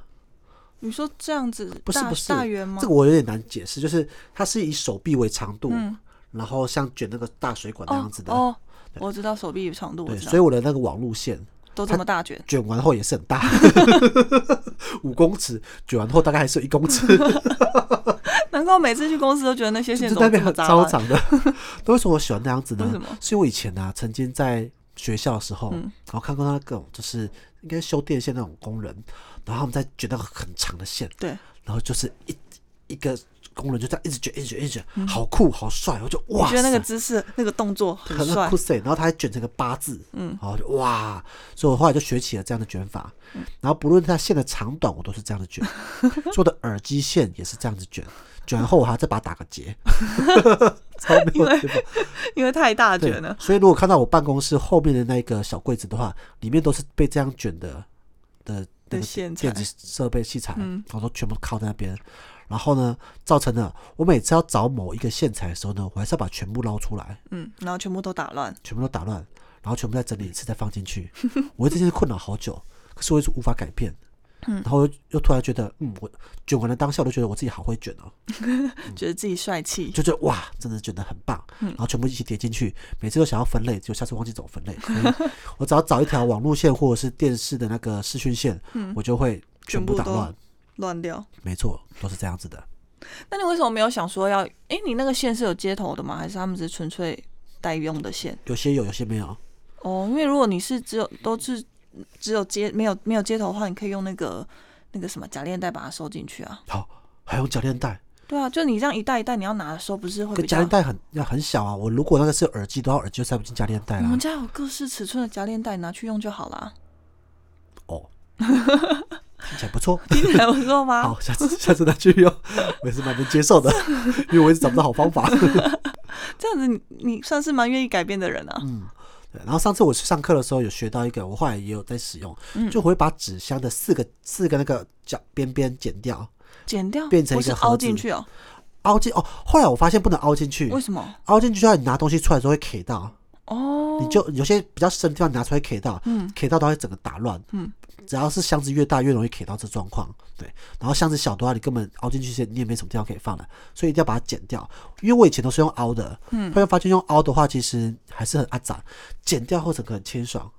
[SPEAKER 3] 你说这样子
[SPEAKER 2] 不是
[SPEAKER 3] 大
[SPEAKER 2] 不是
[SPEAKER 3] 大圆吗？
[SPEAKER 2] 这个我有点难解释，就是它是以手臂为长度，
[SPEAKER 3] 嗯
[SPEAKER 2] 然后像卷那个大水管那样子的。
[SPEAKER 3] 哦哦，我知道手臂长度，我
[SPEAKER 2] 对，
[SPEAKER 3] 知
[SPEAKER 2] 所
[SPEAKER 3] 道
[SPEAKER 2] 以我的那个网路线
[SPEAKER 3] 都这么大卷，
[SPEAKER 2] 卷完后也是很大，五公尺，卷完后大概还是有一公尺，
[SPEAKER 3] 难怪我每次去公司都觉得那些线
[SPEAKER 2] 就那
[SPEAKER 3] 怎么这
[SPEAKER 2] 边
[SPEAKER 3] 么
[SPEAKER 2] 很
[SPEAKER 3] 杂
[SPEAKER 2] 超
[SPEAKER 3] 乱
[SPEAKER 2] 长的。 那为什么我喜欢那样子呢？
[SPEAKER 3] 为什么嗯
[SPEAKER 2] 是因为我以前呢、啊，曾经在学校的时候，然后看过那种就是应该修电线那种工人，然后他们在卷那个很长的线，
[SPEAKER 3] 对，
[SPEAKER 2] 然后就是一一个工人就这样一直卷，一直卷，一直卷，好酷，好帅！我就哇
[SPEAKER 3] 嗯我觉
[SPEAKER 2] 塞，
[SPEAKER 3] 得那个姿势、那个动作很
[SPEAKER 2] 很
[SPEAKER 3] 帅
[SPEAKER 2] 酷，塞，然后它还卷成个八字，嗯，然后就哇，所以我后来就学起了这样的卷法，
[SPEAKER 3] 嗯
[SPEAKER 2] 然后不论它线的长短，我都是这样子 卷，所以我的耳机线也是这样子卷，卷完后我还要再把它打个 结，超没有卷法，
[SPEAKER 3] 因为太大
[SPEAKER 2] 对
[SPEAKER 3] 卷了。
[SPEAKER 2] 所以如果看到我办公室后面的那个小柜子的话，里面都是被这样卷的的那
[SPEAKER 3] 的
[SPEAKER 2] 个
[SPEAKER 3] 线
[SPEAKER 2] 电
[SPEAKER 3] 材
[SPEAKER 2] 子设备器材，
[SPEAKER 3] 嗯
[SPEAKER 2] 我都全部靠在那边。然后呢，造成了我每次要找某一个线材的时候呢，我还是要把全部捞出来，
[SPEAKER 3] 嗯，然后全部都打乱，
[SPEAKER 2] 全部都打乱，然后全部再整理一次再放进去。 我这件事困扰好久，可是我一直无法改变。嗯，然后又又突然觉得，嗯，我卷完的当下，我都觉得我自己好会卷哦，
[SPEAKER 3] 觉得自己帅气。
[SPEAKER 2] 就觉得哇，真的卷得很棒。
[SPEAKER 3] 嗯
[SPEAKER 2] 然后全部一起叠进去，每次都想要分类，就下次忘记怎么分类。所 以我只要找一条网路线或者是电视的那个视讯线，我就会全
[SPEAKER 3] 嗯全
[SPEAKER 2] 部
[SPEAKER 3] 部
[SPEAKER 2] 打
[SPEAKER 3] 都
[SPEAKER 2] 乱。
[SPEAKER 3] 乱掉。
[SPEAKER 2] 没错，都是这样子的。
[SPEAKER 3] 那你为什么没有想说要？诶，你那个线是有接头的吗？还是他们只是纯粹代用的线？
[SPEAKER 2] 有些有，有些没有。
[SPEAKER 3] 哦，因为如果你是只有都是只有接没有没有接头的话，你可以用那个那个什么假链带把它收进去啊。
[SPEAKER 2] 好，还用脚链带，
[SPEAKER 3] 对啊，就你这样一袋一袋你要拿的时候，不是会
[SPEAKER 2] 跟
[SPEAKER 3] 比
[SPEAKER 2] 夹
[SPEAKER 3] 较
[SPEAKER 2] 链？带很要很小啊。我如果那个是有耳机的话，耳机就塞不进夹链带
[SPEAKER 3] 我
[SPEAKER 2] 啦
[SPEAKER 3] 们。家有各式尺寸的夹链带，拿去用就好啦。
[SPEAKER 2] 哦，听起来不错。
[SPEAKER 3] 听起来不错吗？
[SPEAKER 2] 好，下次下次拿去用，我也是蛮能接受的，因为我一直找不到好方 法。
[SPEAKER 3] 这样子你你算是蛮愿意改变的人啊。
[SPEAKER 2] 嗯对，然后上次我去上课的时候有学到一个，我后来也有在使用，
[SPEAKER 3] 嗯
[SPEAKER 2] 就我会把纸箱的四个四个那个角边边剪掉，
[SPEAKER 3] 剪掉
[SPEAKER 2] 变成一
[SPEAKER 3] 不是
[SPEAKER 2] 个盒
[SPEAKER 3] 凹
[SPEAKER 2] 子
[SPEAKER 3] 进去哦？
[SPEAKER 2] 凹进哦。后来我发现不能凹进去
[SPEAKER 3] 为，什么？
[SPEAKER 2] 凹进去的话，你拿东西出来的时候会 K 到，
[SPEAKER 3] 哦，
[SPEAKER 2] 你就有些比较深的地方拿出来 K 到，
[SPEAKER 3] 嗯
[SPEAKER 2] K 到它会整个打乱。
[SPEAKER 3] 嗯，
[SPEAKER 2] 只要是箱子越大，越容易 K 到这状况。对，然后箱子小的话，你根本凹进去些，你也没什么地方可以放了，所以一定要把它剪掉。因为我以前都是用凹的，嗯，后来发现用凹的话，其实还是很阿杂，剪掉后整个很清爽，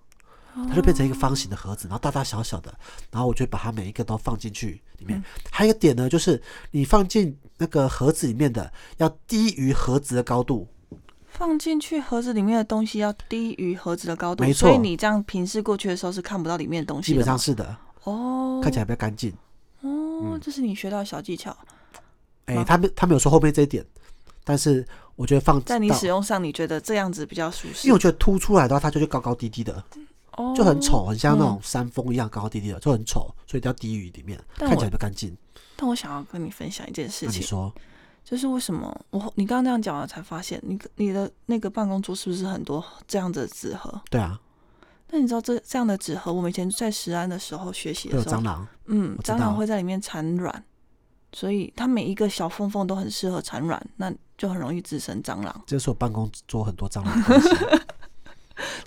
[SPEAKER 2] 它就变成一个方形的盒子，然后大大小小的，然后我就把它每一个都放进去里
[SPEAKER 3] 嗯
[SPEAKER 2] 面。还有一个点呢，就是你放进那个盒子里面的要低于盒子的高度。
[SPEAKER 3] 放进去盒子里面的东西要低于盒子的高度，
[SPEAKER 2] 没
[SPEAKER 3] 所以
[SPEAKER 2] 错
[SPEAKER 3] 你这样平视过去的时候是看不到里面的东西
[SPEAKER 2] 基
[SPEAKER 3] 的吗。
[SPEAKER 2] 本上是的，
[SPEAKER 3] 哦，
[SPEAKER 2] 看起来比较干净。嗯
[SPEAKER 3] 哦，这是你学到的小技巧，
[SPEAKER 2] 哎、
[SPEAKER 3] 吗
[SPEAKER 2] 他们他没有说后面这一点，但是我觉得放
[SPEAKER 3] 在你
[SPEAKER 2] 到
[SPEAKER 3] 使用上你觉得这样子比较舒适，
[SPEAKER 2] 因为我觉得凸出来的话，它就是高高低低的，
[SPEAKER 3] 哦
[SPEAKER 2] 就很丑，很像那种山峰一样高高低低的，就很丑，所以一定要低于里面，
[SPEAKER 3] 但
[SPEAKER 2] 看起
[SPEAKER 3] 我
[SPEAKER 2] 来比较干净。
[SPEAKER 3] 但我想要跟你分享一件事
[SPEAKER 2] 那啊你
[SPEAKER 3] 情，
[SPEAKER 2] 说，
[SPEAKER 3] 就是为什么我你刚刚那样讲，我才发现你你的那个办公桌是不是很多这样的纸盒？
[SPEAKER 2] 对啊，
[SPEAKER 3] 那你知道这这样的纸盒，我们以前在食安的时候学习
[SPEAKER 2] 会有
[SPEAKER 3] 的时候
[SPEAKER 2] 蟑，螂，
[SPEAKER 3] 嗯，
[SPEAKER 2] 我知
[SPEAKER 3] 蟑螂
[SPEAKER 2] 道
[SPEAKER 3] 会在里面产卵，所以它每一个小缝缝都很适合产卵，那就很容易滋生蟑螂。
[SPEAKER 2] 这是我办公桌很多蟑螂的东西。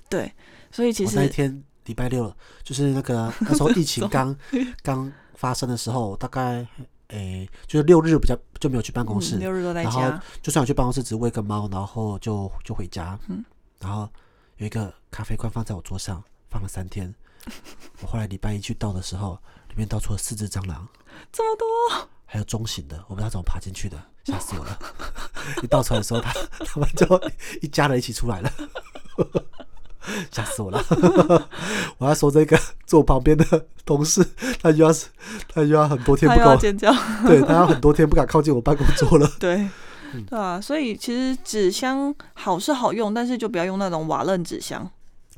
[SPEAKER 3] 对，所 以其
[SPEAKER 2] 我那一
[SPEAKER 3] 实
[SPEAKER 2] 天礼拜六，就是那个那时候疫 情刚刚发生的时候，大概诶、就是六日比较就没有去办公室，
[SPEAKER 3] 嗯、六日都在
[SPEAKER 2] 然后
[SPEAKER 3] 家，
[SPEAKER 2] 就算我去办公室，只喂个猫，然后就就回家。
[SPEAKER 3] 嗯
[SPEAKER 2] 然后有一个咖啡罐放在我桌上，放了三 天。我后来礼拜一去倒的时候，里面倒出了四只蟑螂，
[SPEAKER 3] 这么多，
[SPEAKER 2] 还有中型的，我不知道怎么爬进去的，吓死我了！一倒出来的时候，他他们就一家人一起出来了， 吓死我了！我要说这个，坐我旁边的同事，他就要是他就要很 多天
[SPEAKER 3] 它
[SPEAKER 2] 不
[SPEAKER 3] 又要
[SPEAKER 2] 够，
[SPEAKER 3] 尖叫，
[SPEAKER 2] 对他要很多天不敢靠近我办公桌 了。
[SPEAKER 3] 对。
[SPEAKER 2] 嗯
[SPEAKER 3] 对啊，所以其实纸箱好是好用，但是就不要用那种瓦楞纸箱。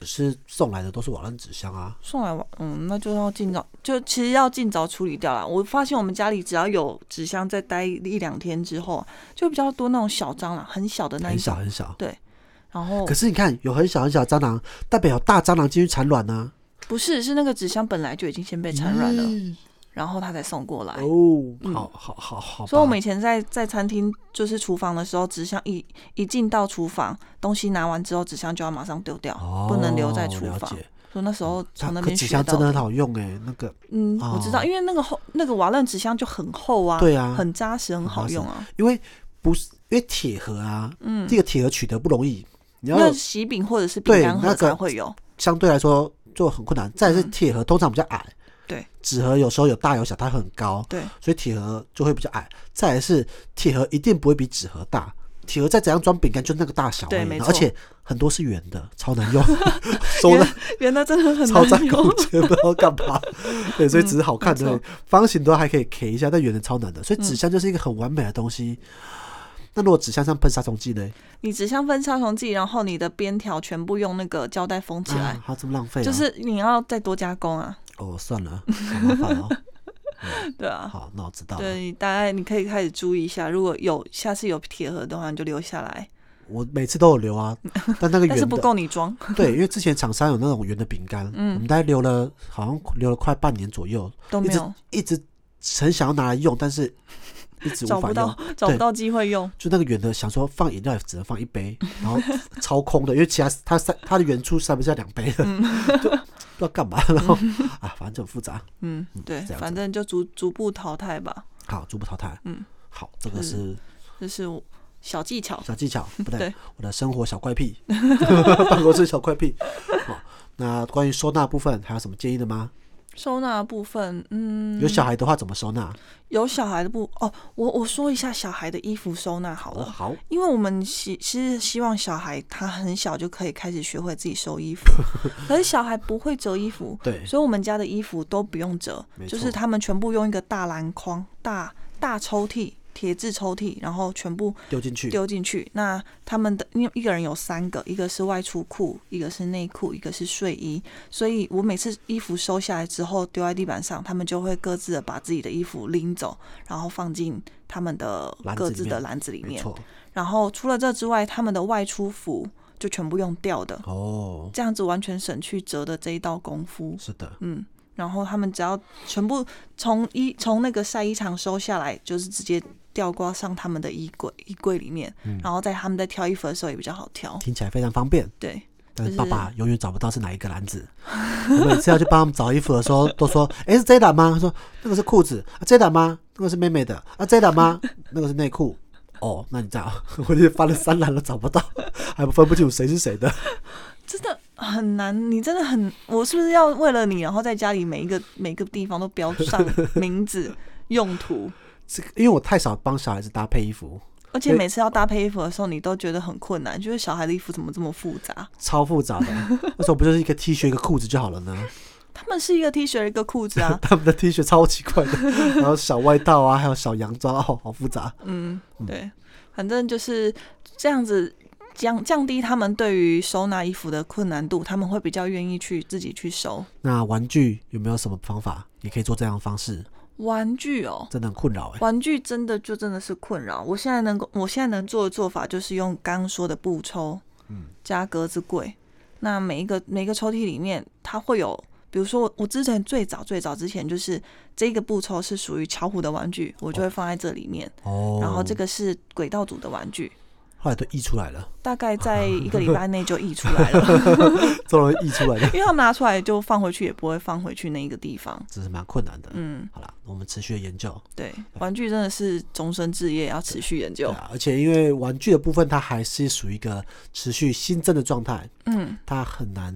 [SPEAKER 2] 可是送来的都是瓦楞纸箱啊，
[SPEAKER 3] 送来瓦，嗯，那就要尽早，就其实要尽早处理掉啦。我发现我们家里只要有纸箱再待一两天之后，就比较多那种小蟑螂，很小的那一哦
[SPEAKER 2] 很
[SPEAKER 3] 种。
[SPEAKER 2] 小很小。
[SPEAKER 3] 然后
[SPEAKER 2] 可是你看，有很小很小的蟑螂，代表有大蟑螂进去产卵啊呢、
[SPEAKER 3] 不是，是那个纸箱本来就已经先被产卵了，
[SPEAKER 2] 咦
[SPEAKER 3] 然后它才送过来。
[SPEAKER 2] 嗯哦，好好好好吧。
[SPEAKER 3] 所以我们以前在在餐厅就是厨房的时候，纸箱一一进到厨房，东西拿完之后，纸箱就要马上丢掉，
[SPEAKER 2] 哦
[SPEAKER 3] 不能留在厨
[SPEAKER 2] 了
[SPEAKER 3] 房。
[SPEAKER 2] 解嗯
[SPEAKER 3] 所以那时候
[SPEAKER 2] 它
[SPEAKER 3] 从那
[SPEAKER 2] 可
[SPEAKER 3] 边
[SPEAKER 2] 纸
[SPEAKER 3] 学
[SPEAKER 2] 箱
[SPEAKER 3] 到
[SPEAKER 2] 真的
[SPEAKER 3] 的，
[SPEAKER 2] 很好用哎、那个
[SPEAKER 3] 嗯，我知道，
[SPEAKER 2] 哦
[SPEAKER 3] 因为那个厚那个瓦楞纸箱就很厚啊，
[SPEAKER 2] 对啊
[SPEAKER 3] 很扎实，很
[SPEAKER 2] 很扎
[SPEAKER 3] 好
[SPEAKER 2] 实
[SPEAKER 3] 用啊。
[SPEAKER 2] 因为不是因为铁盒啊，
[SPEAKER 3] 嗯
[SPEAKER 2] 这个铁盒取得不容易，你要
[SPEAKER 3] 那
[SPEAKER 2] 有
[SPEAKER 3] 喜饼或者是饼
[SPEAKER 2] 对
[SPEAKER 3] 干盒
[SPEAKER 2] 那个
[SPEAKER 3] 才会有，
[SPEAKER 2] 相对来说就很困难。再来是铁盒通常比较矮，
[SPEAKER 3] 嗯对，
[SPEAKER 2] 纸盒有时候有大有小，它很高，
[SPEAKER 3] 对，
[SPEAKER 2] 所以铁盒就会比较矮。再来是铁盒一定不会比纸盒大。铁盒再怎样装饼干，就那个大小而
[SPEAKER 3] 对
[SPEAKER 2] 已
[SPEAKER 3] 没
[SPEAKER 2] 然后
[SPEAKER 3] 错
[SPEAKER 2] 而且很多是圆 的，超难用，收纳
[SPEAKER 3] 原来真的很
[SPEAKER 2] 超占
[SPEAKER 3] 难
[SPEAKER 2] 空
[SPEAKER 3] 用。嗯
[SPEAKER 2] 间，不知道干嘛。对，所以只是好看
[SPEAKER 3] 没
[SPEAKER 2] 的
[SPEAKER 3] 错嗯
[SPEAKER 2] 方形都还可以 K 一下，但圆的超难的。所以纸箱就是一个很完美的东西。那如果纸箱上喷杀虫剂呢？
[SPEAKER 3] 你纸箱分杀虫剂，然后你的边条全部用那个胶带封起来
[SPEAKER 2] 啊，，好，这么浪费啊、
[SPEAKER 3] 就是你要再多加工啊。
[SPEAKER 2] 哦，算了，好麻烦哦。
[SPEAKER 3] 对啊，
[SPEAKER 2] 好，那我知道了。
[SPEAKER 3] 对，大概你可以开始注意一下，如果有下次有铁盒的话，你就留下来，
[SPEAKER 2] 我每次都有留啊，但那个
[SPEAKER 3] 但是
[SPEAKER 2] 圆
[SPEAKER 3] 不
[SPEAKER 2] 的，
[SPEAKER 3] 够 你装。
[SPEAKER 2] 对，因为之前厂商有那种圆的饼干，
[SPEAKER 3] 嗯
[SPEAKER 2] 我们大概留了，好像留了快半年左右，
[SPEAKER 3] 都
[SPEAKER 2] 一
[SPEAKER 3] 没
[SPEAKER 2] 直
[SPEAKER 3] 有，
[SPEAKER 2] 一直很想要拿来用，但是一直
[SPEAKER 3] 找
[SPEAKER 2] 无法
[SPEAKER 3] 不
[SPEAKER 2] 用
[SPEAKER 3] 到。，找不到机会用。
[SPEAKER 2] 就那个圆的，想说放饮料也只能放一 杯，然后超空的，因为其他它塞它的圆处塞不下两杯了， 就不知道干 嘛。然后啊，反正就很复杂。
[SPEAKER 3] 嗯，对，
[SPEAKER 2] 这样
[SPEAKER 3] 反
[SPEAKER 2] 子
[SPEAKER 3] 正就逐逐步淘汰吧，
[SPEAKER 2] 好，逐步淘汰。
[SPEAKER 3] 嗯，
[SPEAKER 2] 好，这个是
[SPEAKER 3] 这是我小技巧。
[SPEAKER 2] 小技巧，不对，
[SPEAKER 3] 对
[SPEAKER 2] 我的生活小怪癖， 办公室小怪癖。好，那关于收纳部分还有什么建议的吗？
[SPEAKER 3] 收纳的部分，嗯，
[SPEAKER 2] 有小孩的话怎么收纳？
[SPEAKER 3] 有小孩的不哦，我我说一下小孩的衣服收纳好
[SPEAKER 2] 哦，
[SPEAKER 3] 了，
[SPEAKER 2] 好，
[SPEAKER 3] 因为我们希是希望小孩他很小就可以开始学会自己收 衣服，可是小孩不会折衣服，
[SPEAKER 2] 对，
[SPEAKER 3] 所以我们家的衣服都不用折
[SPEAKER 2] 没，
[SPEAKER 3] 就
[SPEAKER 2] 错
[SPEAKER 3] 是他们全部用一个大篮筐、大大抽屉铁质抽屉，然后全部
[SPEAKER 2] 丢进去，
[SPEAKER 3] 丢进去。那他们的因为一个人有三个，一个是外出裤，一个是内裤，一个是睡衣。所以我每次衣服收下来之后丢在地板上，他们就会各自的把自己的衣服拎走，然后放进他们的
[SPEAKER 2] 篮子
[SPEAKER 3] 各
[SPEAKER 2] 里
[SPEAKER 3] 自的
[SPEAKER 2] 面
[SPEAKER 3] 篮子里
[SPEAKER 2] 没
[SPEAKER 3] 面。
[SPEAKER 2] 错。
[SPEAKER 3] 然后除了这之外，他们的外出服就全部用掉的，
[SPEAKER 2] 哦，
[SPEAKER 3] 这样子完全省去折的这一道功夫。
[SPEAKER 2] 是的，
[SPEAKER 3] 嗯，然后他们只要全部从衣从那个晒衣场收下来，就是直接吊挂上他们的衣柜衣柜里面，然后在他们在挑衣服的时候也比较好挑。
[SPEAKER 2] 听起来非常方便。
[SPEAKER 3] 对，
[SPEAKER 2] 但是
[SPEAKER 3] 就
[SPEAKER 2] 爸
[SPEAKER 3] 是
[SPEAKER 2] 爸永远找不到是哪一个篮子。 我每次要去帮他们找衣服的时候，都说：“哎、是这一篮吗？”他说：“那个是裤子，啊、这一篮吗？那个是妹妹的，啊，这一篮吗？ 那个是内裤。”哦，那你这样， 我就翻了三篮了，找不到，还分不清楚谁是谁的。
[SPEAKER 3] 真的很难，你真的很，我是不是要为了你，然后在家里每一个每个地方都标上 名字、用途，
[SPEAKER 2] 这个，因为我太少帮小孩子搭配衣服，
[SPEAKER 3] 而且
[SPEAKER 2] 对
[SPEAKER 3] 每次要搭配衣服的时候，你都觉得很困难，就是小孩的衣服怎么这么复杂？
[SPEAKER 2] 超复杂的。为什么不就是一个 T 恤一个裤子就好了呢？，
[SPEAKER 3] 他们是一个 T 恤一个裤子啊
[SPEAKER 2] 他们的 T 恤超奇怪的，然后小外套啊，还有小洋装，哦，好复杂。
[SPEAKER 3] 嗯，对，反正就是这样子降降低他们对于收纳衣服的困难度，他们会比较愿意去自己去收
[SPEAKER 2] 那玩具有没有什么方法也可以做这样的方式？
[SPEAKER 3] 玩具哦。
[SPEAKER 2] 真的很困扰哎、
[SPEAKER 3] 玩具真的就真的是困扰。我现在能够，我现在能做的做法就是用刚刚说的布抽，嗯，加格子柜。那每一个每一个抽屉里面，它会有，比如说我我之前最早最早之前就是这个布抽是属于巧虎的玩具，我就会放在这里面。
[SPEAKER 2] 哦，
[SPEAKER 3] 然后这个是轨道组的玩具，
[SPEAKER 2] 后来都溢出来了，
[SPEAKER 3] 大概在一个礼拜内就溢出来了，
[SPEAKER 2] 这容易溢出来的，
[SPEAKER 3] 因为他们拿出来就放回去，也不会放回去那一个地方。
[SPEAKER 2] 这是蛮困难的。
[SPEAKER 3] 嗯，
[SPEAKER 2] 好啦，我们持续地研究。
[SPEAKER 3] 对，玩具真的是终身置业，要持续研
[SPEAKER 2] 对
[SPEAKER 3] 究。
[SPEAKER 2] 啊，而且因为玩具的部分，它还是属于一个持续新增的状态，
[SPEAKER 3] 嗯，
[SPEAKER 2] 它很难，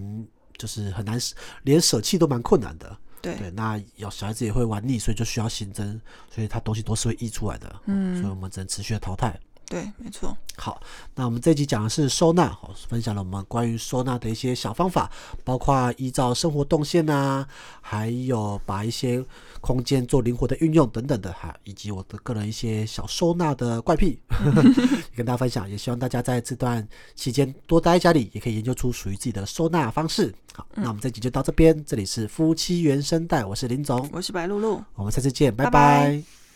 [SPEAKER 2] 就是很难，连舍弃都蛮困难的。
[SPEAKER 3] 对，
[SPEAKER 2] 对，那有小孩子也会玩腻，所以就需要新增，所以它东西都是会溢出来的。嗯，所以我们只能持续的淘汰。
[SPEAKER 3] 对，没错。
[SPEAKER 2] 好，那我们这一集讲的是收纳，好，分享了我们关于收纳的一些小方法，包括依照生活动线啊，还有把一些空间做灵活的运用等等的，哈，以及我的个人一些小收纳的怪癖， 跟大家分享。也希望大家在这段期间多待在家里，也可以研究出属于自己的收纳方式。好，那我们这集就到这边，这里是夫妻原声带，我是林总，
[SPEAKER 3] 我是白露露。
[SPEAKER 2] 我们下次见，拜
[SPEAKER 3] 拜拜
[SPEAKER 2] 拜